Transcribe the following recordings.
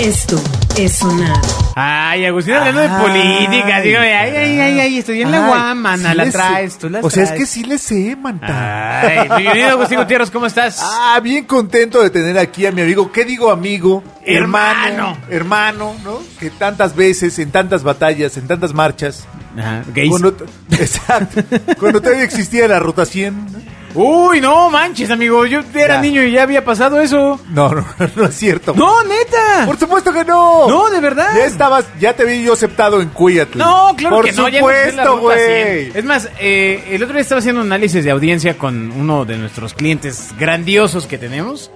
Esto es sonar. Ay, Agustín hablando de Ay, política. Digo, ay, ay, ay, ay, estudié en la Ay, UAM, mana. sí la le sé. traes, tú la O sea, es traes. Ah. que sí le sé, manta. Ay, bienvenido, Agustín Gutiérrez, ¿cómo estás? Ah, bien contento de tener aquí a mi amigo. ¿Qué digo amigo? Hermano. Hermano, ¿no? Que tantas veces, en tantas batallas, en tantas marchas. Ajá, gays. Cuando t- exacto. cuando todavía existía la ruta 100. ¿no? Uy, no manches, amigo. Yo era Ya. niño y ya había pasado eso. No, no, no es cierto. No, neta. Por supuesto que no. No, de verdad. Ya estabas, ya te vi yo aceptado en Cuíatl. No, claro Por que no. ya no sé la supuesto, ruta güey. 100. es más, eh, el otro día estaba haciendo un análisis de audiencia con uno de nuestros clientes grandiosos que tenemos.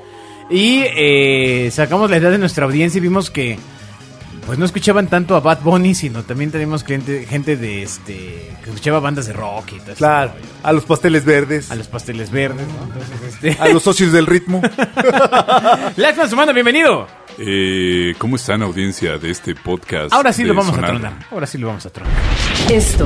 Y eh, sacamos la edad de nuestra audiencia y vimos que pues no escuchaban tanto a Bad Bunny, sino también tenemos cliente, gente de este que escuchaba bandas de rock y todo eso. Claro, a los pasteles verdes, A los pasteles verdes, ¿no? Entonces, a este. los socios del ritmo. Ah. Laxman Sumano, bienvenido. Eh, ¿Cómo están audiencia de este podcast? Ahora sí de lo vamos a Sonar? tronar. Ahora sí lo vamos a tronar. Esto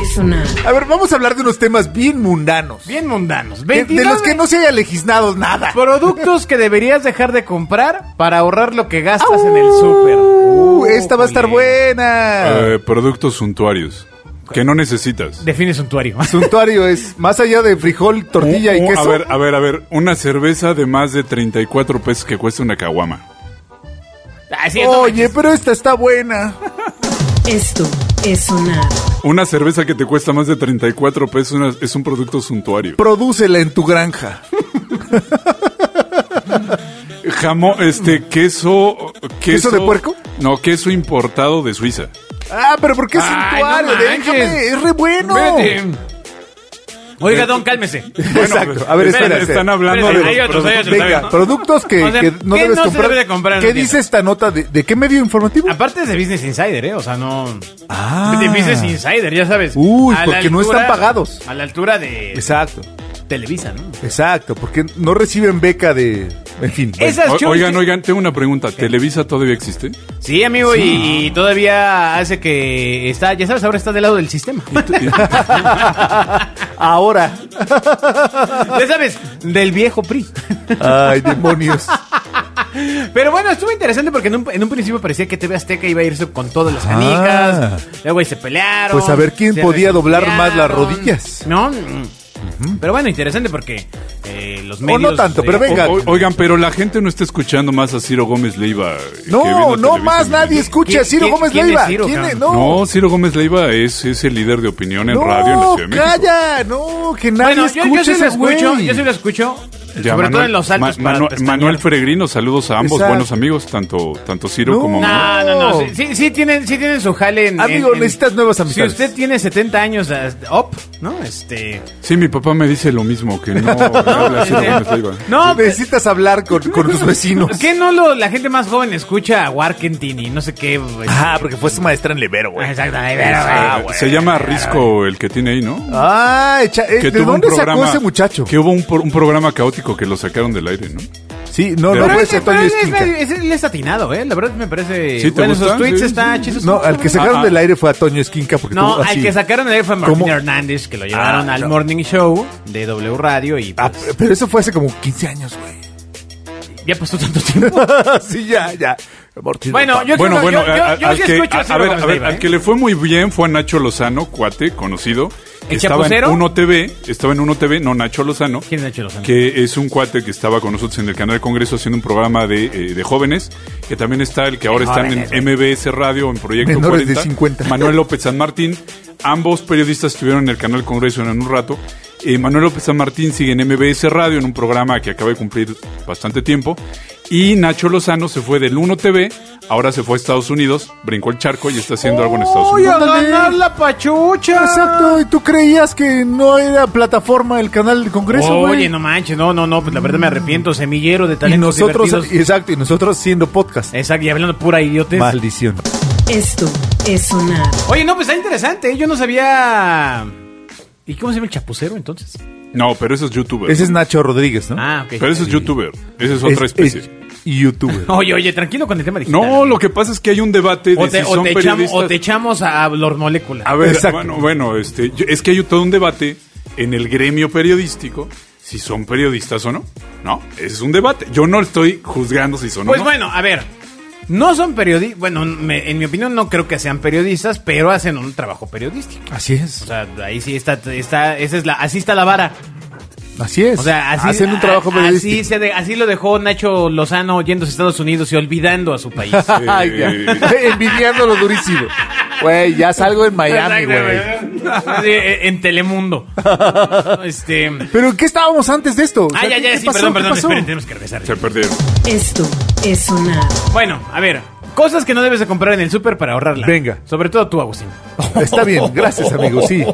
es sonar. A ver, vamos a hablar de unos temas bien mundanos. Bien mundanos. De- de, 29 los que no se haya legislado nada. productos que deberías dejar de comprar para ahorrar lo que gastas en el súper. Uh, esta va a estar Ujule. buena. Eh, productos suntuarios que no necesitas. Define suntuario. Suntuario es más allá de frijol, tortilla Un- y un- queso. Uh, A ver, a ver, a ver. Una cerveza de más de 34 pesos que cuesta una caguama. Ah, sí, no Oye, manches. pero esta está buena. Esto es sonar. Una cerveza que te cuesta más de 34 pesos una- es un producto suntuario. Prodúcela en tu granja. Jamón, este, queso, queso... ¿Queso de puerco? No, queso importado de Suiza. Ah, pero ¿por qué es Ay, no suntuario? manches. Déjame, es re bueno. Eh, Vete. Oiga, don, cálmese. Exacto. pues, a espérate, ver, espera. Están espera. hablando Espérate, de hay los otros, hay productos- otros, hay Venga, otros. productos que, O sea, que no ¿qué debes no se comprar. debe de comprar en ¿Qué tienda? dice esta nota? ¿De, de qué medio informativo? Aparte es de Business Insider, ¿eh? O sea, no. Ah. De Business Insider, ya sabes. Uy, A la porque no están pagados. A la altura de Exacto, Televisa, ¿no? exacto, porque no reciben beca de... En fin. bueno. Esas O- churros Oigan, que- oigan, tengo una pregunta. ¿Televisa todavía existe? Sí, amigo, y- y todavía hace que está, ya sabes, ahora está del lado del sistema. Ahora. Ya sabes, del viejo PRI. Ay, demonios. Pero bueno, estuvo interesante porque en un, en un principio parecía que TV Azteca iba a irse con todas las Ah. canicas. Luego ahí se pelearon. Pues a ver quién se podía doblar reconciliaron. más las rodillas. No. mm. Pero bueno, interesante porque eh, los O medios. no tanto, de- pero venga. O- o- oigan, pero la gente no está escuchando más a Ciro Gómez Leiva. eh, que No, viendo no Televisa más en nadie vivo. escucha a ¿Quién- Ciro quién- Gómez quién es Leiva. Ciro, ¿Quién es? cabrón? No, No, Ciro Gómez Leiva es, es el líder de opinión en no, radio en la Ciudad de México. calla, no, que nadie Bueno, yo, escuche yo sí lo ese güey. escucho, yo sí lo escucho. sobre Ya, todo en los altos. Ma- para Manu- pestañear. Manuel Peregrino, saludos a ambos Exacto. buenos amigos, tanto, tanto Ciro No. como Manuel. No, no, no. Sí, sí, sí tienen, sí tienen su jale en. Amigo, en- en- necesitas nuevas amistades. Si usted tiene 70 años as- up, ¿no? Este. Sí, mi papá me dice lo mismo, que no habla Ciro Gómez Leiva. No, pues- Necesitas hablar con, con tus vecinos. ¿qué no lo, la gente más joven escucha a Warkentini? No sé qué. güey. Ah, porque fue su maestra en Libero, Ah, güey. Exacto, ahí, pero, ah, Eh, güey. Se llama Risco el que tiene ahí, ¿no? Ah, echa- eh, Que ¿de tuvo un dónde sacó programa- ese muchacho? Que hubo un, pro- un programa caótico que lo sacaron del aire, ¿no? Sí, no, no Pero Pero fue ese- ese Toño pero él es- Esquinca. es- él es atinado, ¿eh? La verdad me parece. ¿Sí te bueno, gusta? sus tweets Sí, está sí, chistoso. No, al que sacaron Ah, ah. del aire fue a Toño Esquinca porque No, tuvo así. al que sacaron el aire fue Martín ¿Cómo? Hernández, que lo llevaron Ah, al no. Morning Show de W Radio y Ah, pues, pero eso fue hace como 15 años, güey. ya pasó tanto tiempo. sí, ya, ya. Mortis Bueno, de yo- bueno, no, bueno, yo- a- yo al sí que, escucho a a- a Ciro ver, Gómez a ver, Leiva, ¿eh? al que le fue muy bien fue a Nacho Lozano, cuate, conocido. ¿El Estaba en chapucero? 1 TV, estaba en 1 TV, no Nacho Lozano. ¿Quién es Nacho Lozano? Que es un cuate que estaba con nosotros en el canal del Congreso haciendo un programa de, eh, de jóvenes, que también está el que ahora están jóvenes, güey. en MBS Radio, en Proyecto Menores de 40, 50. Manuel López San Martín. Ambos periodistas estuvieron en el canal Congreso en un rato. Eh, Manuel López San Martín sigue en MBS Radio, en un programa que acaba de cumplir bastante tiempo. Y Nacho Lozano se fue del 1 TV, ahora se fue a Estados Unidos, brincó el charco y está haciendo algo en Oh, Estados Voy Unidos. a Ándale. ganar la pachucha. Exacto, y tú creías que no era plataforma el canal del Congreso, güey. Oye, no manches, no, no, no, pues la verdad me arrepiento, semillero de y talentos nosotros, eh, divertidos. exacto, y nosotros siendo podcast. Exacto, y hablando pura idiotez. Maldición. pues, Esto es sonar. Oye, no, pues está interesante, ¿eh? yo no sabía... ¿Y cómo se llama el chapucero entonces? No, pero eso es youtuber. Ese es Nacho Rodríguez, ¿no? Ah, ok. Pero eso es youtuber. Esa es otra Es- especie. es youtuber. Oye, oye, tranquilo con el tema digital. No, lo que pasa es que hay un debate de O te, si o son te echamos, periodistas. o te echamos a Lord Molécula. A ver, Exacto. bueno, bueno, este, yo- es que hay todo un debate en el gremio periodístico si son periodistas o no. No, ese es un debate. Yo no estoy juzgando si son pues o no. bueno, a ver. No son periodistas, bueno, me- en mi opinión no creo que sean periodistas, pero hacen un trabajo periodístico. Así O es. sea, ahí sí está, está esa es la, así está la vara. Así es. O sea, así, Hacen un trabajo a- periodístico. Así, se de- así lo dejó Nacho Lozano yéndose a Estados Unidos y olvidando a su país. Ay, ya. Envidiándolo durísimo. Güey, ya salgo en Miami, güey. Así, eh, en Telemundo. Este. ¿Pero qué estábamos antes de esto? O sea, Ah, ya, ¿qué- ya, qué sí, pasó? perdón, ¿Qué perdón, pasó? esperen, tenemos que regresar. Se perdieron. Esto es sonar. Bueno, a ver, cosas que no debes de comprar en el súper para ahorrarla. Venga. Sobre todo tú, Agustín. Está bien, gracias, amigo, sí.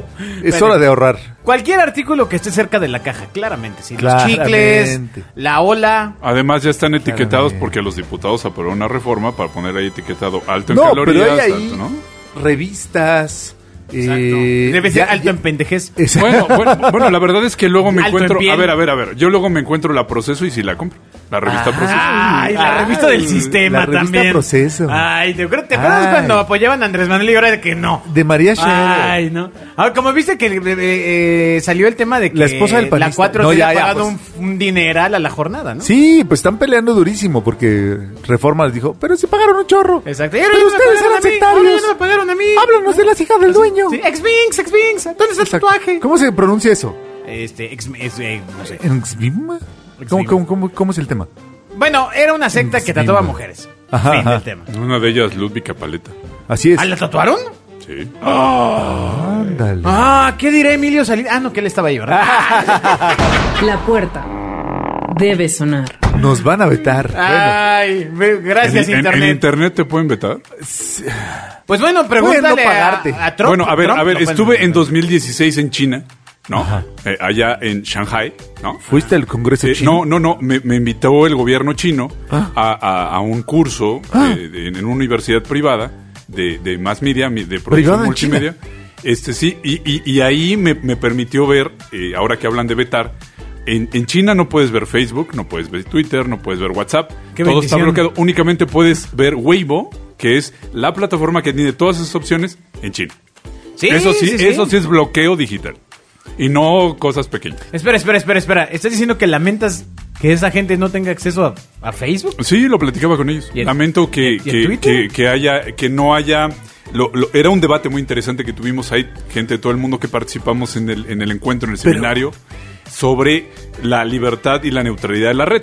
Es Bueno. hora de ahorrar. Cualquier artículo que esté cerca de la caja, claramente, sí. Claramente. Los chicles, la ola. Además ya están etiquetados Claramente. porque los diputados aprobaron una reforma para poner ahí etiquetado alto en No, calorías, pero hay ahí alto, ¿no? revistas. Exacto. eh, Debe ser em- ya- alto ya- en pendejes. Esa- Bueno, bueno, bueno, la verdad es que luego me Alto encuentro. en piel. A ver, a ver, a ver. Yo luego me encuentro la proceso y si la compro. La revista proceso. Ay, la Ay, revista del sistema Ah, la revista también. Proceso. Ay, ¿te acuerdas, te acuerdas Ay. cuando apoyaban a Andrés Manuel y ahora de que no? De María Scherer. Ay, no. Ah, como viste que eh, eh, eh, salió el tema de que La esposa del la panista. 4 No, te ya, ha ya, pagado pues. un, un dineral a la jornada, ¿no? Sí, pues están peleando durísimo porque Reforma les dijo, pero se pagaron un chorro. Exacto. Y ahora Pero ya no me ustedes pagaron eran a mí. Ahora sectarios. ya no me pagaron a mí. Háblanos de las hijas del dueño. Sí, Ex-Vinx, ex-Vinx. ¿Dónde está el Exacto. tatuaje? ¿Cómo se pronuncia eso? Este, ex, es, eh, no sé. ¿En Xvim? ¿Cómo, cómo, cómo, cómo es el tema? Bueno, era una secta que Ex-Vinx. tatuaba mujeres. Ajá, fin del ajá. tema. Una de ellas, Ludvika Paleta. Así es. ¿Ah, la tatuaron? Sí. Ándale. Ah, ¿qué dirá Emilio Salinas? Ah, no, que él estaba ahí, ¿verdad? La puerta debe sonar. Nos van a vetar. Ay, ve- gracias, en, en- Internet. en internet te pueden vetar. Pues bueno, Pueden pregúntale no pagarte. a, a Trump. bueno, a ver, Trump a ver, no puede- estuve en 2016 en China, ¿no? Eh, allá en Shanghai, ¿no? Bueno, ¿Fuiste al Congreso Eh, chino? No, no, no, me, me invitó el gobierno chino a, a- a un curso eh, de- en una universidad privada de, de más media, mi- de producción ¿Privada en multimedia. Este sí, y, y- y ahí me, me permitió ver, eh, ahora que hablan de vetar, en, en China no puedes ver Facebook, no puedes ver Twitter, no puedes ver WhatsApp, Qué todo está bendición. bloqueado, únicamente puedes ver Weibo, que es la plataforma que tiene todas esas opciones en China. Sí, eso sí, eso sí es bloqueo digital. Y no cosas pequeñas. Espera, espera, espera, espera. ¿Estás diciendo que lamentas que esa gente no tenga acceso a, a Facebook? Sí, lo platicaba con ellos. ¿Y el- Lamento que, y el que- Twitter? que- que haya, que no haya. lo- lo- era un debate muy interesante que tuvimos ahí, gente de todo el mundo que participamos en el, en el encuentro, en el seminario, sobre la libertad y la neutralidad de la red.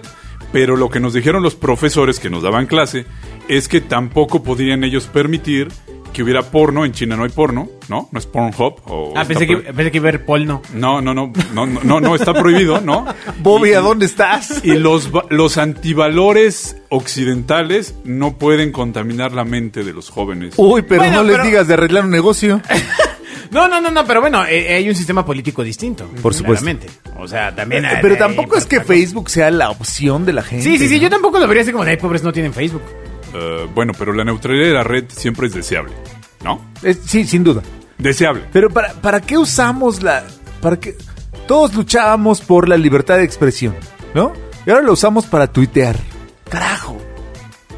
Pero lo que nos dijeron los profesores que nos daban clase es que tampoco podrían ellos permitir que hubiera porno. En China no hay porno, ¿no? No es Pornhub. O Ah, está pensé que, pro- pensé que iba a ver polno. No, no, no, no, no, no, no, está prohibido, ¿no? Bobby, Y- ¿a dónde estás? y los, va- los antivalores occidentales no pueden contaminar la mente de los jóvenes. Uy, pero Bueno, no les pero- digas de arreglar un negocio. No, no, no, no, pero bueno, eh, hay un sistema político distinto. Por supuesto. Eh, claramente. O sea, también. eh, hay- pero tampoco hay- es que Facebook sea la opción de la gente. Sí, sí, sí, ¿no? yo tampoco lo vería así como de, ay, pobres, no tienen Facebook. Eh, bueno, pero la neutralidad de la red siempre es deseable, ¿no? Es- sí, sin duda. Deseable. Pero para, ¿para qué usamos la... Para qué? Todos luchábamos por la libertad de expresión, ¿no? Y ahora lo usamos para tuitear. Carajo.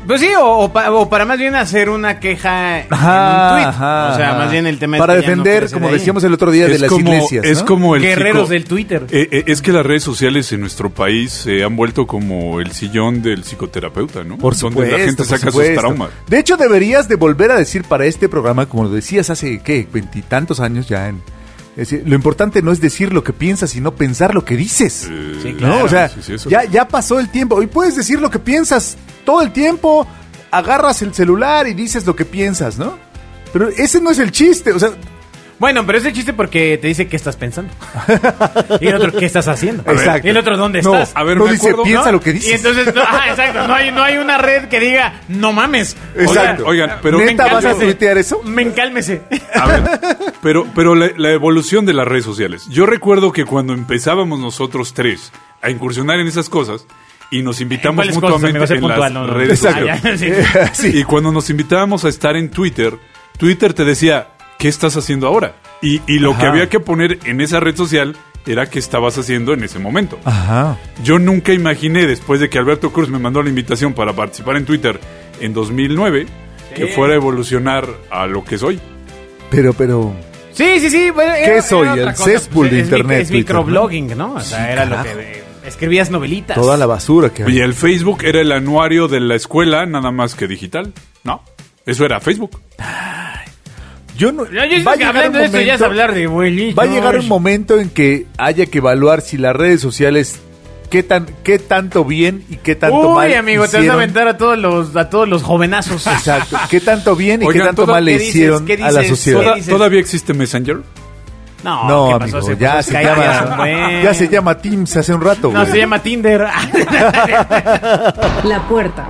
Pues sí, o, o pa- o para más bien hacer una queja Ajá, en un tweet. ajá, o sea, ajá. más bien el tema es Para que ya no defender, crece como de ahí. decíamos el otro día, de las iglesias. es ¿no? como el Guerreros psico- del Twitter. Eh, eh, es que las redes sociales en nuestro país se han vuelto como el sillón del psicoterapeuta, ¿no? Por supuesto. Donde la gente por saca sus supuesto. traumas. De hecho, deberías de volver a decir para este programa, como lo decías hace, ¿qué? Veintitantos años ya. En, es decir, lo importante no es decir lo que piensas, sino pensar lo que dices. Eh, Sí, claro. ¿No? o sea, sí, sí, eso- ya, ya pasó el tiempo. Y puedes decir lo que piensas todo el tiempo. Agarras el celular y dices lo que piensas, ¿no? Pero ese no es el chiste. O sea, Bueno, pero es el chiste porque te dice qué estás pensando. Y el otro, ¿qué estás haciendo? A ver. Exacto. Y el otro, ¿dónde No, estás? a ver, no me dice, acuerdo, piensa ¿no? lo que Y dices. entonces, no, ah, exacto, no hay, no hay una red que diga, no mames. Exacto. Oigan, pero- ¿Neta me vas a encanta. tuitear eso? Me encálmese. A ver, pero, pero la, la evolución de las redes sociales. Yo recuerdo que cuando empezábamos nosotros tres a incursionar en esas cosas y nos invitamos ¿Cuáles cosas, mutuamente amigo? Sé en puntual, las no, no. redes Ah, sociales. ya, sí. Sí. Y cuando nos invitábamos a estar en Twitter, Twitter te decía, ¿qué estás haciendo ahora? Y, y lo que Ajá. había que poner en esa red social era qué estabas haciendo en ese momento. Ajá. Yo nunca imaginé, después de que Alberto Cruz me mandó la invitación para participar en Twitter en 2009, que fuera a evolucionar a lo que soy. Pero, pero. Sí, sí, sí. bueno, ¿Qué soy, otra el cosa. césped de es mi- Internet, Es Twitter, ¿no? microblogging, ¿no? O sea, Sí, era lo carajo. que eh, Escribías novelitas. Toda la basura que Y había. el Facebook era el anuario de la escuela, nada más que digital. No, eso era Facebook. Yo no. Ya, yo va siento a que llegar hablando un de esto ya es momento- hablar de abuelitos. Va a llegar un momento en que haya que evaluar si las redes sociales qué tan qué tanto bien y qué tanto Uy, mal amigo, te vas a hicieron. aventar a todos los, a todos los jovenazos. Exacto. ¿Qué tanto bien y Oigan, qué tanto toda- mal le ¿qué dices? hicieron ¿Qué a la dices? sociedad? Toda- dices? ¿Todavía existe Messenger? No, No, ¿qué pasó? amigo, ya puso se, Skype hace un llama, buen. ya se llama Teams hace un rato. No, güey. se llama Tinder. La puerta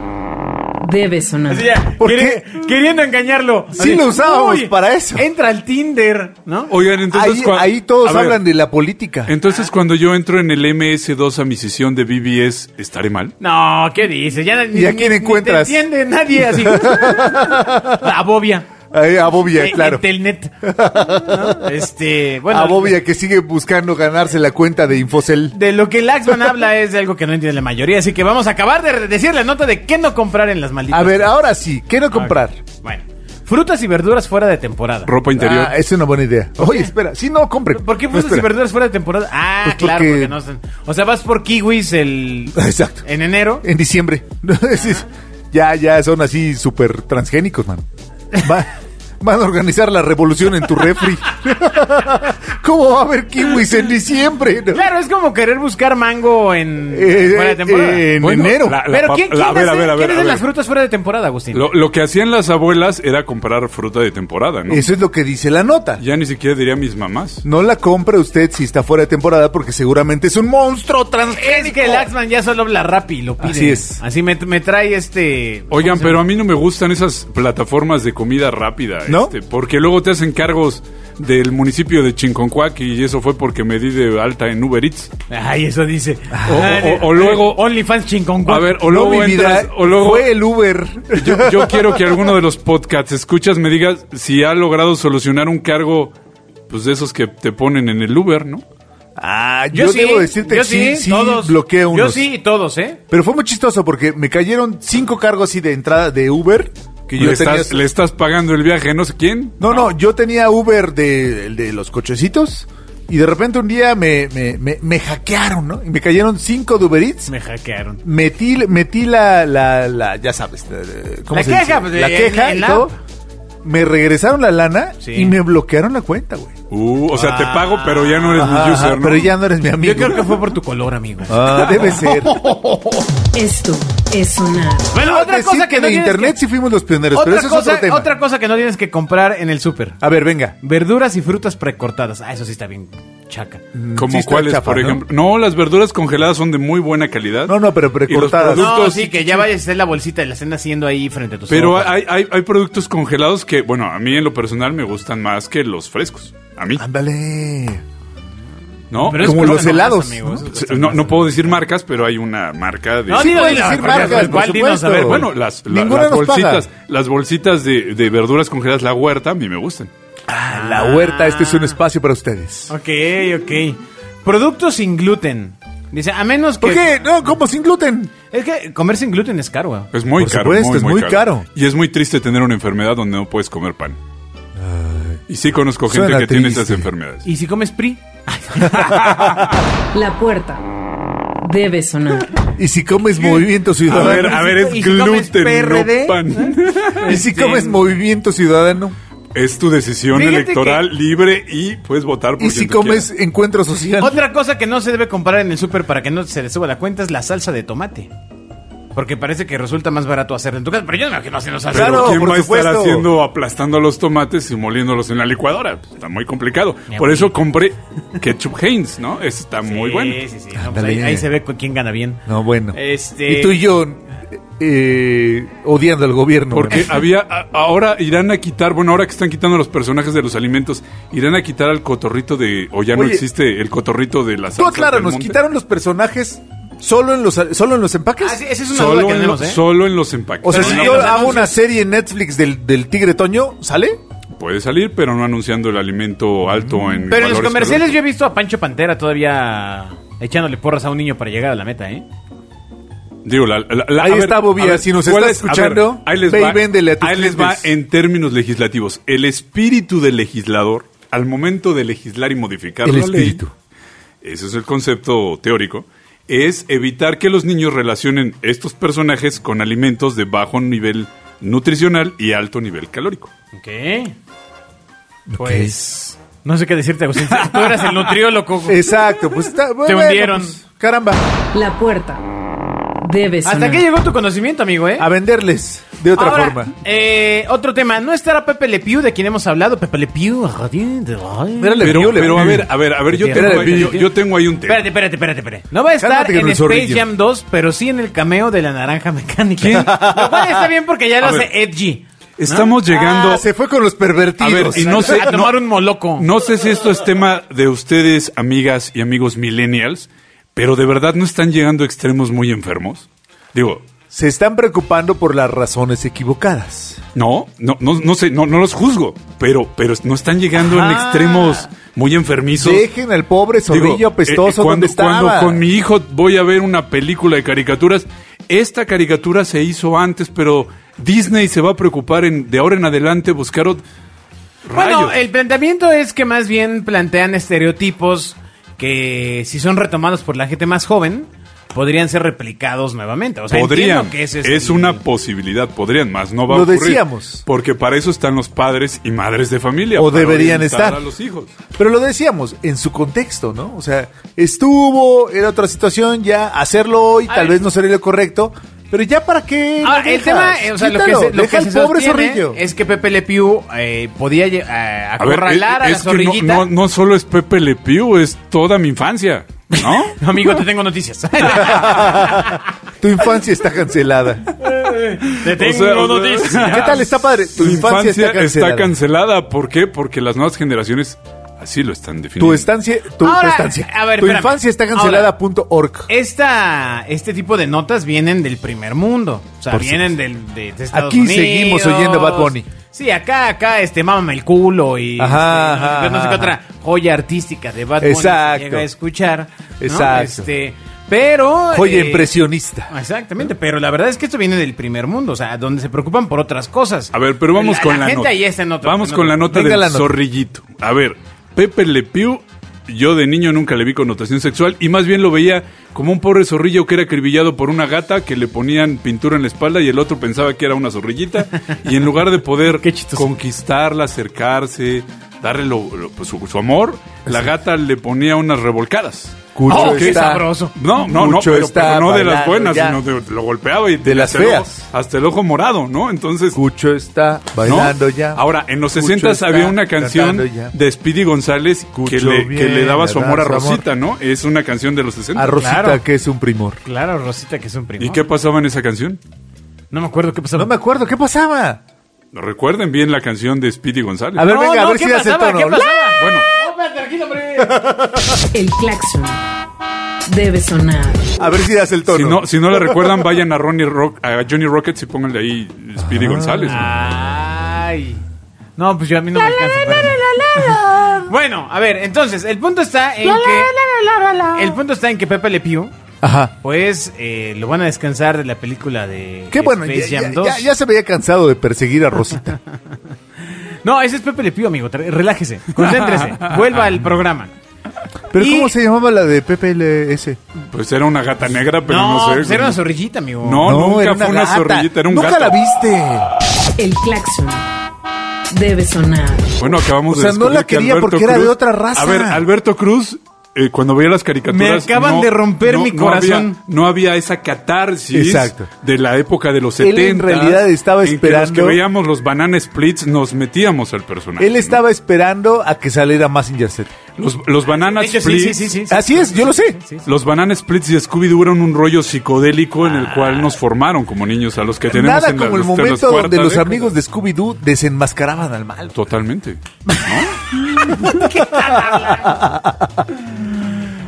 debe sonar. Así ya, ¿Por queri- Queriendo engañarlo. Sí Así, lo usábamos "Uy, para eso". Entra al Tinder, ¿no? Oigan, entonces... ahí, cua- ahí todos a ver, hablan de la política. Entonces cuando yo entro en el MS2 a mi sesión de BBS, ¿estaré mal? No, ¿qué dices? Ya, ni- ¿Y a ni- quién ni encuentras? te entiende nadie así. La bobia. Ahí, a Bobia, Eh, claro. Telnet. ¿No? Este, bueno. a Bobia que sigue buscando ganarse la cuenta de Infocel. De lo que Laxman habla es de algo que no entiende la mayoría, así que vamos a acabar de decir la nota de qué no comprar en las malditas. A ver, ahora sí, Ah, quiero comprar. Bueno, frutas y verduras fuera de temporada. Ropa interior. Ah, es una buena idea. Oye, espera, si no, compre. ¿Por qué No, frutas y espera. verduras fuera de temporada? Ah, Pues claro, porque- porque no son- O sea, vas por kiwis el... Exacto. En enero. Eh, En diciembre. Es- es- ya, ya son así súper transgénicos, man. Va- van a organizar la revolución en tu refri. ¿Cómo va a haber kiwis en diciembre? no? Claro, es como querer buscar mango en... Eh, fuera de temporada. eh, en Bueno, enero. la- Pero ¿quién, pap- la- quién a ver, hace, a ver, a ver, quién hace a ver. las frutas fuera de temporada, Agustín? Lo, lo que hacían las abuelas era comprar fruta de temporada, ¿no? Eso es lo que dice la nota. Ya ni siquiera diría mis mamás. No la compre usted si está fuera de temporada porque seguramente es un monstruo transgénico. Es que el Axman ya solo habla rapi, lo pide. Así es. Así me, me trae este... Oigan, pero a mí no me gustan esas plataformas de comida rápida, ¿No? este, porque luego te hacen cargos del municipio de Chinconcuac y eso fue porque me di de alta en Uber Eats. Ay, eso dice. Ah, Ah, eh, O- o- o luego- OnlyFans chingón. A ver, o No, luego mi vida, entras, o luego fue el Uber. yo, yo quiero que alguno de los podcasts escuchas me digas si ha logrado solucionar un cargo pues de esos que te ponen en el Uber, ¿no? Ah, yo, debo decirte que sí, sí, todos. bloqueo unos. Yo sí, todos, ¿eh? Pero fue muy chistoso porque me cayeron cinco cargos así de entrada de Uber. Que yo le, tenía- estás, le estás pagando el viaje, a no sé quién. No, no, yo tenía Uber de, el de los cochecitos. Y de repente un día me, me, me, me hackearon, ¿no? Y me cayeron cinco de Uber Eats. Me hackearon. Metí, metí la, la, la- ya sabes, la- la- ¿cómo La se queja, dice? pues, la en- queja en y la todo. app. Me regresaron la lana Sí. y me bloquearon la cuenta, güey. Uh, o sea, te pago, pero ya no eres Ah. Ajá, ajá, mi user, ¿no? Pero ya no eres mi amigo. Yo creo que fue por tu color, amigo. Ah, debe ser. Esto es sonar. Ah, Bueno, otra Decir cosa que no de tienes internet que- sí fuimos los pioneros, pero otra, eso es cosa, otro tema. otra cosa que no tienes que comprar en el súper. A ver, venga. Verduras y frutas precortadas. Ah, eso sí está bien chaca. Sí Como está cuáles, chafa, por ¿no? ejemplo. ¿no? las verduras congeladas son de muy buena calidad. No, no, pero precortadas. Y los No, productos- sí, que ya vayas a hacer la bolsita y la estén haciendo ahí frente a Pues tus Pero ojos. hay, hay, hay productos congelados que, bueno, a mí en lo personal me gustan más que los frescos. A mí, Ándale. ¿no? Pero es Ah, cosa como los nomás, helados, amigo, ¿no? eso cuesta No, más. no puedo decir marcas, pero hay una marca de... No, Sí dilo, puedes dilo, decir porque marcas, ¿cuál por dinos? A ver, bueno, supuesto. Bueno, las, la- Ninguna las nos paga. bolsitas, las bolsitas de, de verduras congeladas, la huerta, a mí me gustan. Ah, la huerta, este es un espacio para ustedes. Ok, ok. Productos sin gluten. Dice, a menos que... ¿Por qué? No, como sin gluten. Es que comer sin gluten es caro, güey. Es muy Por caro. supuesto, es muy caro. Y es muy triste tener una enfermedad donde no puedes comer pan. y sí conozco gente Suena que tiene triste. esas enfermedades. ¿Y si comes PRI? La puerta debe sonar. Y si comes movimiento A ciudadano. ver, a ver, ¿Y es si comes gluten, PRD? no pan. Y este, si comes movimiento ciudadano. Es tu decisión Fíjate electoral libre y puedes votar por Y quien si tú comes quieras. encuentro social. Otra cosa que no se debe comprar en el súper para que no se le suba la cuenta es la salsa de tomate. Porque parece que resulta más barato hacerla en tu casa. Pero yo no me imagino haciendo salsa. Pero Claro, ¿quién por va a estar supuesto. haciendo aplastando los tomates y moliéndolos en la licuadora? Pues, Está muy complicado. Mi Por abuelo. eso compré ketchup Heinz, ¿no? Ese Está muy bueno. Sí, sí, sí. No, pues Ándale. ahí, ahí se ve cu- quién gana bien. No, bueno. Este- Y tú y yo eh, odiando al gobierno. Porque bueno. había, a- ahora irán a quitar, bueno, ahora que están quitando los personajes de los alimentos, irán a quitar al cotorrito de, o ya no Oye. existe el cotorrito de las Tú acláranos, ¿quitaron los personajes solo en los, solo en los empaques? Ah, sí, esa es una duda solo, que en lo- tenemos, ¿eh? solo en los empaques. O sea, Pero si no, yo los hago anuncios. una serie en Netflix del, del Tigre Toño, ¿sale? Puede salir, pero no anunciando el alimento alto en Pero en los valores comerciales yo he visto a Pancho Pantera todavía echándole porras a un niño para llegar a la meta, ¿eh? Digo, la- la- la- Ahí a está, Bobia, a si nos ¿cuál está escuchando, a ver, ahí les ve y va, véndele a tus Ahí les va clientes. en términos legislativos. El espíritu del legislador, al momento de legislar y modificar El la ley, espíritu. ese es el concepto teórico, es evitar que los niños relacionen estos personajes con alimentos de bajo nivel nutricional y alto nivel calórico. Ok. Pues. No sé qué decirte, Agustín. Tú eras el nutriólogo. Exacto, pues está, bueno, hundieron. pues, caramba, La puerta debe sonar. Hasta que llegó tu conocimiento, amigo, ¿eh? a venderles de otra Ahora, forma. eh, otro tema. No estará Pepe Le Pew, de quien hemos hablado. Pepe Le Pew. Espérate, Mira, le Pero, vio, le pero a vio. ver, a ver, a ver, yo Le tengo, vio, ahí- le yo, vio. yo tengo ahí un tema. espérate, espérate, espérate. No va a estar Cálmate con en el Space zorrillo. Jam 2, pero sí en el cameo de la naranja mecánica. Lo cual está bien porque ya lo A hace ver. Edgy. Estamos llegando. Ah, se fue con los a ver, pervertidos. y no sé, a no, tomar un moloco. no sé si esto es tema de ustedes, amigas y amigos millennials, pero de verdad no están llegando a extremos muy enfermos. Digo, Se están preocupando por las razones equivocadas. no, no, no, no sé, no, no los juzgo, pero, pero no están llegando en Ajá. extremos muy enfermizos. Dejen al pobre Digo, zorrillo apestoso eh, cuando, donde estaba. cuando con mi hijo voy a ver una película de caricaturas, esta caricatura se hizo antes, pero Disney se va a preocupar en, de ahora en adelante buscar ot- Bueno, rayos. el planteamiento es que más bien plantean estereotipos que si son retomados por la gente más joven, podrían ser replicados nuevamente. O sea, podrían, entiendo que ese es, el- una posibilidad, podrían más, no va a Lo ocurrir. decíamos. Porque para eso están los padres y madres de familia. O para deberían orientar estar. a los hijos. Pero lo decíamos, en su contexto, ¿no? O sea, estuvo, era otra situación, ya hacerlo hoy tal ver. vez no sería lo correcto, pero ya para qué. Ahora, el lo dejas? tema, eh, o sea, lo que Quítalo, se, lo deja que se al pobre sostiene zorrillo. es que Pepe Le Pew eh, podía lle- eh, A ver, acorralar a, es- la es que no- zorrillita. no, no solo es Pepe Le Pew, es toda mi infancia, ¿no? Amigo, te tengo noticias. Tu infancia está cancelada. te tengo sea, o sea, noticias. ¿Qué tal? Está padre. Tu Tu infancia, está cancelada. está cancelada. ¿Por qué? Porque las nuevas generaciones así lo están definiendo. Tu estancia, tu, Ahora, tu estancia. a ver, tu espérame. infancia está cancelada. punto org. Esta, este tipo de notas vienen del primer mundo. O sea, Por vienen del, de, de Estados Aquí Unidos. seguimos oyendo Bad Bunny. Sí, acá, acá, este, mámame el culo y Ajá, este, no sé ajá, qué- no sé qué ajá. otra joya artística de Bad Bunny Exacto. que llega a escuchar. ¿no? Exacto. Este, pero... Oye, eh, impresionista. Exactamente, pero la verdad es que esto viene del primer mundo, o sea, donde se preocupan por otras cosas. A ver, pero vamos con la gente nota. ahí está en otro- vamos en con otro- la nota Venga del la nota. zorrillito. A ver, Pepe Le Pew, yo de niño nunca le vi connotación sexual y más bien lo veía como un pobre zorrillo que era acribillado por una gata que le ponían pintura en la espalda y el otro pensaba que era una zorrillita y en lugar de poder Qué chistoso. conquistarla, acercarse, darle lo- lo- pues, su, su amor, la gata le ponía unas revolcadas. Cucho Oh, qué está- sabroso. No, no, no, Mucho pero, está pero no de las bailando buenas, ya. sino de- lo golpeaba y De las hasta el ojo- feas. hasta el ojo morado, ¿no? Entonces, Cucho está ¿no? bailando ya. Ahora, en los Cucho 60 está había una canción cantando ya. de Speedy González que Cucho le, que bien, le daba su le amor a da su amor. Rosita, ¿no? Es una canción de los 60. A Rosita, Claro. que es un primor. Claro, Rosita, que es un primo. ¿Y qué pasaba en esa canción? No me acuerdo qué pasó. No me acuerdo, ¿qué pasaba? Recuerden bien la canción de Speedy González. A ver, No, venga, no, a ver ¿qué si hace pasaba? tono. ¿Qué pasaba? Bueno, El claxon debe sonar. A ver si das el tono. si no, si no la recuerdan, vayan a, Ronnie Rock, a Johnny Rockets y pónganle ahí Ah. Speedy González. ¿no? Ay. No, pues yo a mí no me alcanza. espérame. bueno, a ver, entonces, el punto está en que. El punto está en que Pepe Le Pew, Ajá. pues, eh, lo van a descansar de la película de Qué bueno, ya, Space Jam ya- 2. ya- ya se veía cansado de perseguir a Rosita. No, ese es Pepe Le Pew, amigo. tra- Relájese, concéntrese, vuelva al programa. Pero Y- ¿cómo se llamaba la de PPLS? Pues era una gata negra, pero no, no, sé. pues era güey. una zorrillita, amigo. No, nunca fue una gata. zorrillita, era un Nunca gato. la viste. El claxon debe sonar. Bueno, acabamos O sea, de no descubrir la que quería Alberto porque era de Cruz- otra raza. A ver, Alberto Cruz, eh, cuando veía las caricaturas... Me acaban de romper mi corazón. había- no había esa catarsis Exacto. de la época de los Él en 70. realidad estaba En que los esperando- que veíamos los banana splits nos metíamos al personaje. Él estaba esperando a que saliera Massinger Z. ¿no? Los, los banana De hecho, sí, splits... sí, sí, sí. sí. Así es, yo lo sé. Los Banana Splits y Scooby-Doo eran un rollo psicodélico en el Ah. cual nos formaron como niños a los que tenemos Nada en la- como el los- en las momento donde cuartas los décadas. amigos de Scooby-Doo desenmascaraban al mal. Totalmente.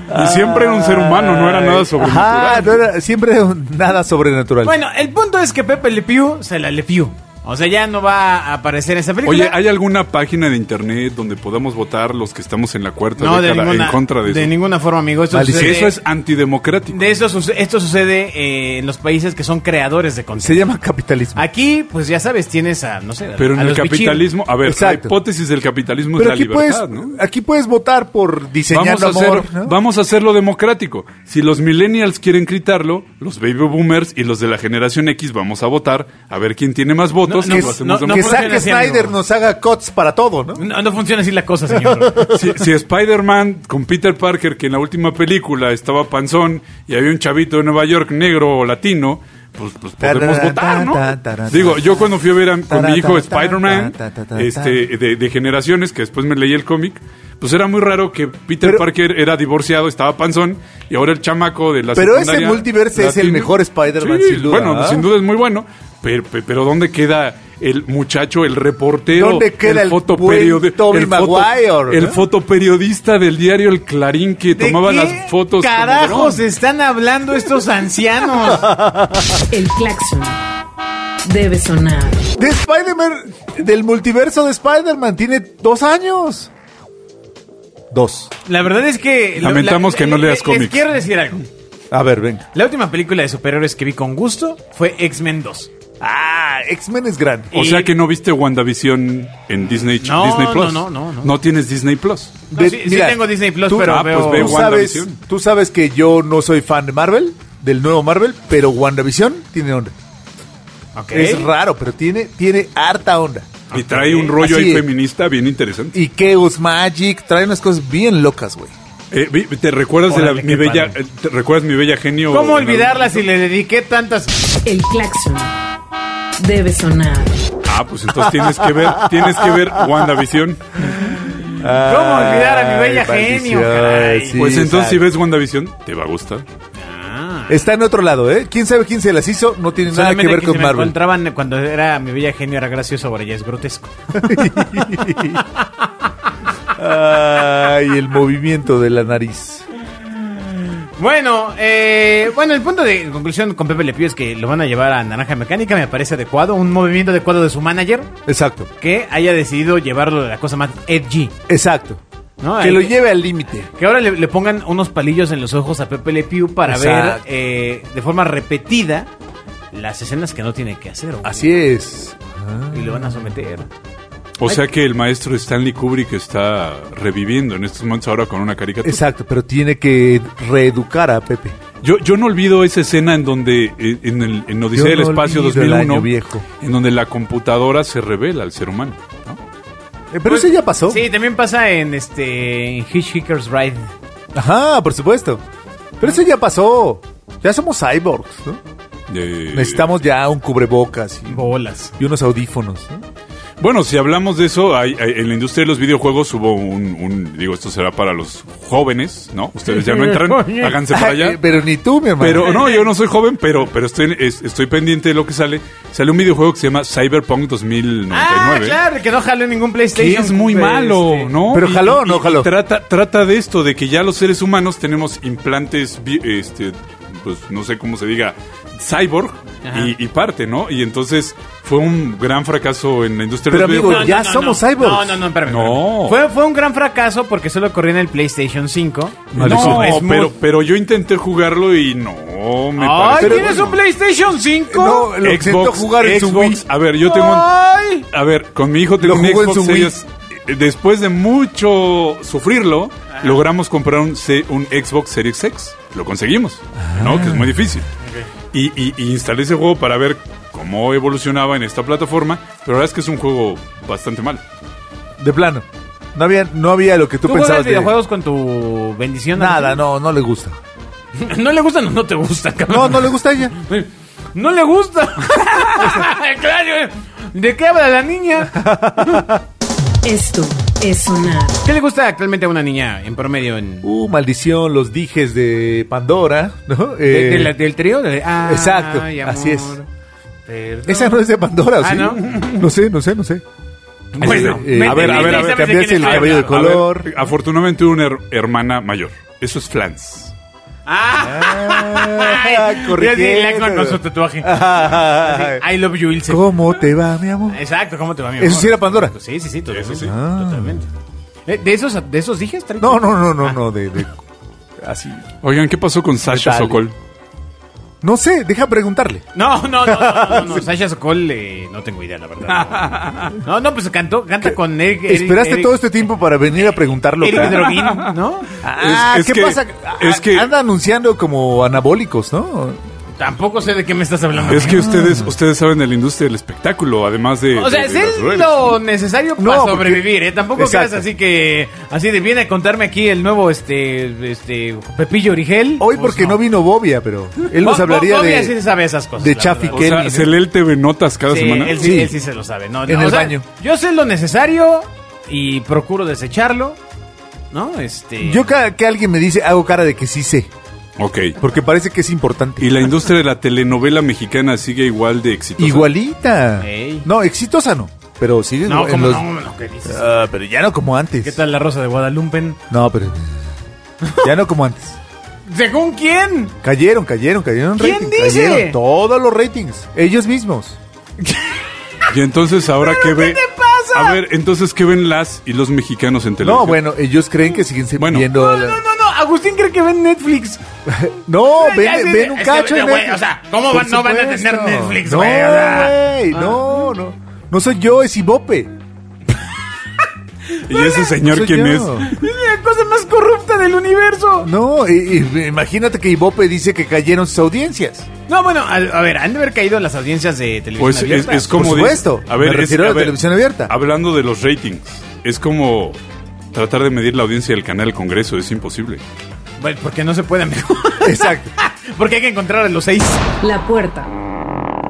¿No? y siempre era un ser humano, no era nada sobrenatural. Ajá, no era, siempre era un- nada sobrenatural. Bueno, el punto es que Pepe Le Pew se la Le Pew. O sea, ya no va a aparecer esa película. Oye, ¿hay alguna página de internet donde podamos votar los que estamos en la cuarta no, de década ninguna, en contra de eso? ninguna forma, amigo. Esto Maldición. sucede- Eso es antidemocrático. de eso suce- esto sucede eh, en los países que son creadores de contenido. Se llama capitalismo. Aquí, pues ya sabes, tienes a, no sé, a- Pero en a el los bichir- capitalismo, a ver, la Exacto. hipótesis del capitalismo Pero es aquí la puedes, libertad, ¿no? aquí puedes votar por diseñar Vamos a, amor. hacer- ¿no? vamos a hacerlo democrático. Si los millennials quieren gritarlo, los baby boomers y los de la generación X vamos a votar a ver quién tiene más votos. No, y que lo no, hacemos no, que democrático. funciona Zack así, Snyder amigo. nos haga cuts para todo, ¿no? No, no funciona así la cosa, señor. Si, si Spider-Man con Peter Parker, que en la última película estaba panzón y había un chavito de Nueva York negro o latino, pues, pues podemos Tarara, votar, ta, ta, ¿no? ta, Digo, ta, yo cuando fui a ver a- con mi Tarara, hijo ta, ta, Spider-Man, ta, ta, ta, este, de, de generaciones, que después me leí el cómic, pues era muy raro que Peter Pero- Parker era divorciado, estaba panzón, y ahora el chamaco de la Pero ese secundaria multiverso es el mejor Spider-Man, sin duda, Bueno, ¿ah? sin duda es muy bueno, pero, pero- pero ¿dónde queda el muchacho, el reportero, ¿Dónde queda el buen fotoperiodi- Tobey el foto- Maguire, el no? fotoperiodista del diario El Clarín que ¿De tomaba qué las fotos. como Carajos, dron. están hablando estos ancianos. El claxon debe sonar. De Spider-Man, del multiverso de Spider-Man, tiene dos años. Dos. La verdad es que. lo- Lamentamos la- que no le- leas les cómics. quiero decir algo. A ver, venga. La última película de superhéroes que vi con gusto fue X-Men 2. Ah, X-Men es grande. O Y- sea que no viste WandaVision en Disney, No, Disney Plus. no, no, no, no. tienes Disney Plus. No, sí- sí tengo Disney Plus, pero Ah, pues veo- ve tú sabes, WandaVision. tú sabes que yo no soy fan de Marvel, del nuevo Marvel, pero WandaVision tiene onda. Ok. Es raro, pero tiene, tiene harta onda. Y trae un rollo Así ahí es. feminista bien interesante. Y Chaos Magic, trae unas cosas bien locas, güey. Eh, vi- ¿Te recuerdas de la, Órale, mi qué bella, padre. eh, ¿te recuerdas mi bella genio? ¿Cómo en algún- olvidarla si le dediqué tantas. El claxon debe sonar. Ah, pues entonces tienes que ver, tienes que ver WandaVision. ¿Cómo olvidar a mi bella maldición, genio? caray? sí. pues entonces exacto. si ves WandaVision, te va a gustar. Está en otro lado, ¿eh? ¿Quién sabe quién se las hizo? No tiene nada Solamente que ver se con me Marvel. encontraban cuando era mi bella genio, era gracioso, ahora ya es grotesco. Ay, el movimiento de la nariz. Bueno, eh, bueno, el punto de conclusión con Pepe Le Pew es que lo van a llevar a Naranja Mecánica, me parece adecuado, un movimiento adecuado de su manager Exacto, que haya decidido llevarlo de la cosa más edgy, exacto. ¿no? que Eh, lo lleve al límite. Que ahora le, le pongan unos palillos en los ojos a Pepe Le Pew para ver Exacto. eh, de forma repetida las escenas que no tiene que hacer. güey. Así es. Y lo van a someter. O sea que el maestro Stanley Kubrick está reviviendo en estos momentos ahora con una caricatura. Exacto, pero tiene que reeducar a Pepe. Yo, yo no olvido esa escena en donde, eh, en, el, en Odisea Yo del no Espacio olvido el 2001, año viejo. en donde la computadora se revela al ser humano. ¿no? Eh, pero eso ya pasó. Sí, también pasa en este en Hitchhiker's Ride. Ajá, por supuesto. Pero eso ya pasó. Ya somos cyborgs, ¿no? Eh, Necesitamos ya un cubrebocas y, Bolas. y unos audífonos. ¿no? Bueno, si hablamos de eso, hay- hay- en la industria de los videojuegos hubo un, un- digo, esto será para los jóvenes, ¿no? Ustedes ya no entran, háganse para Ay, eh, allá. pero ni tú, mi hermano. Pero no, yo no soy joven, pero, pero estoy, es- estoy pendiente de lo que sale. Sale un videojuego que se llama Cyberpunk 2099. Ah, claro, que no jaló ningún que PlayStation. es muy Este, malo, ¿no? Pero Y- jaló, y- no y jaló. Trata, trata de esto, de que ya los seres humanos tenemos implantes, bi- este, pues no sé cómo se diga, cyborg Ajá. y, y parte, ¿no? Y entonces fue un gran fracaso en la industria Pero, de los amigo, videojuegos. ya somos cyborgs. No, no, no, espérame. No. espérame. Fue, fue un gran fracaso porque solo corría en el PlayStation 5. No, No, es muy- pero, pero yo intenté jugarlo y no, me ¡Ay, parece... tienes un PlayStation 5! Eh, No, lo intentó jugar en su Wii. Xbox, A ver, yo tengo un... ¡Ay! A ver, con mi hijo tengo Lo un jugó en Xbox su Wii. Series. Eh, Después de mucho sufrirlo, logramos comprar un, C- un Xbox Series X. Lo conseguimos, Ah. ¿no? Que es muy difícil. Y, y- y instalé ese juego para ver cómo evolucionaba en esta plataforma. Pero la verdad es que es un juego bastante mal. De plano. No había, no había lo que tú, ¿Tú pensabas. juegas de- videojuegos con tu bendición? Nada, no, no le gusta. ¿No le gustan o no te gustan, No, cabrón? no le gusta a ella. No, le gusta. claro. ¿De qué habla la niña? Esto es sonar. ¿Qué le gusta actualmente a una niña en promedio? En, Uh, maldición, los dijes de Pandora, ¿no? de- Eh, de la- ¿Del trío? De- ah, ay, exacto, así es. perdón. Esa no es de Pandora, ¿o Ah, ¿sí? ¿no? No sé, no sé, no sé. Bueno, Eh, vete, vete a ver, a ver, y a ver, sabes de cambiarse quién el estoy cabello de hablando. color. A ver, afortunadamente tuve una her- hermana mayor. Eso es flans. Ah, Yo sí, la- con, corrigiendo. con su tatuaje. Ay. I love you, Ilse. ¿Cómo te va, mi amor? Exacto, ¿cómo te va, mi ¿Eso amor? sí era Pandora? Sí, sí, sí, totalmente. Eso sí. Ah. totalmente. Eh, ¿De esos, de esos dije? No, no, no, no, no, de, de- así. Oigan, ¿qué pasó con Sasha Dale. Sokol? No sé, deja preguntarle. No, no, no, no, no, no, no. Sasha Sokol, eh, no tengo idea, la verdad. No, no, pues cantó, canta con Eric. Eric- ¿Esperaste Eric- todo este tiempo para venir a preguntarlo? Eric cara? Droguín, ¿no? Ah, Es- es ¿qué que- pasa? Ah, es que- Anda anunciando como anabólicos, ¿no? Tampoco sé de qué me estás Ah. hablando. Es que ustedes, ustedes saben de la industria del espectáculo, además de. O sea, de- es de las redes. lo necesario para No, porque- sobrevivir, ¿eh? Tampoco Exacto. creas así que... Así de, viene a contarme aquí el nuevo, este, este, Pepillo Origel. Hoy porque no. vino Bobia, pero él nos Pues Bo- hablaría Bo- Bobby de... sí se sabe esas cosas, de la Chafi verdad. O Kelly, sea, ¿no? ¿se lee el TV Notas cada Sí, semana? Él sí, Sí. él sí se lo sabe. No, no, En el o sea, baño. Yo sé lo necesario y procuro desecharlo, ¿no? Este... Yo cada que alguien me dice, hago cara de que sí sé, Ok. porque parece que es importante. ¿Y la industria de la telenovela mexicana sigue igual de exitosa? Igualita. Ey. No, exitosa no, pero sigue No, en ¿cómo los- no? no, ¿Qué dices? Ah, pero ya no como antes. ¿Qué tal la Rosa de Guadalupe? No, pero ya no como antes. ¿Según quién? Cayeron, cayeron, cayeron ¿Quién ratings. dice? Cayeron todos los ratings. Ellos mismos. Y entonces ahora qué ve. te pasa? A ver, entonces qué ven las y los mexicanos en televisión. No, bueno, ellos creen que siguen se- Bueno. viendo. No, la- no, no, no. Agustín cree que ven Netflix. No, Ya, ven, sí, ven sí, un es cacho que, en güey, Netflix. o sea, ¿cómo Por van- no van a tener supuesto. Netflix, no, güey? O sea. güey, no, no. No soy yo, es Ibope. ¿Y ese señor soy quién yo. es? Es la cosa más corrupta del universo. No, y- y- imagínate que Ibope dice que cayeron sus audiencias. No, bueno, a, a ver, han de haber caído las audiencias de televisión Pues es, abierta. es como. Por de- supuesto, me es- refiero a la televisión abierta. Hablando de los ratings, es como tratar de medir la audiencia del canal del Congreso, es imposible. Bueno, porque no se puede, amigo. Exacto. porque hay que encontrar a los seis. La puerta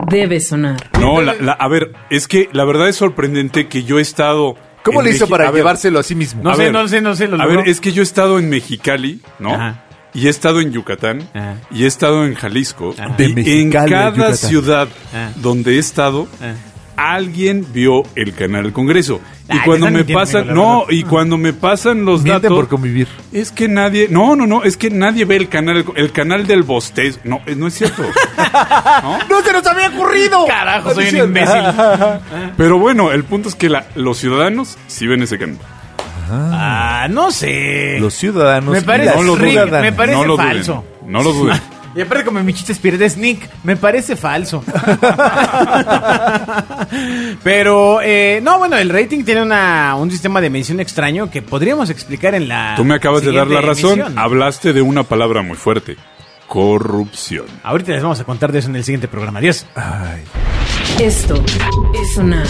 debe sonar. No, la- la- a ver, es que la verdad es sorprendente que yo he estado. ¿Cómo en le hizo Meji- para a ver, llevárselo a sí mismo? No A sé, ver, no sé, no sé. Lo A logró. ver, es que yo he estado en Mexicali, ¿no? Ajá. Y he estado en Yucatán. Ajá. Y he estado en Jalisco. Ajá. y De Mexicali a en cada Yucatán. ciudad Ah. donde he estado, Ah. alguien vio el canal del Congreso. Y Ay, te cuando están me mintiendo, pasan, amigo, la no, verdad. y cuando me pasan los Mienten datos, por convivir. es que nadie, no, no, no, es que nadie ve el canal, el canal del Bostez. No, eh, no es cierto. ¡No se nos había ocurrido! Carajo, soy un imbécil. Pero bueno, el punto es que la- los ciudadanos sí ven ese canal. Ah, no sé. Los ciudadanos. me y parece, las No lo Rick, ciudadanas. me parece No lo duden, falso. no lo duden. Y aparte como mi chiste es pierdes Nick, me parece falso. Pero eh, no, bueno, el rating tiene una, un sistema de medición extraño que podríamos explicar en la. Tú me acabas de dar la siguiente razón. emisión. Hablaste de una palabra muy fuerte. Corrupción. Ahorita les vamos a contar de eso en el siguiente programa. Adiós. Ay. Esto es sonar.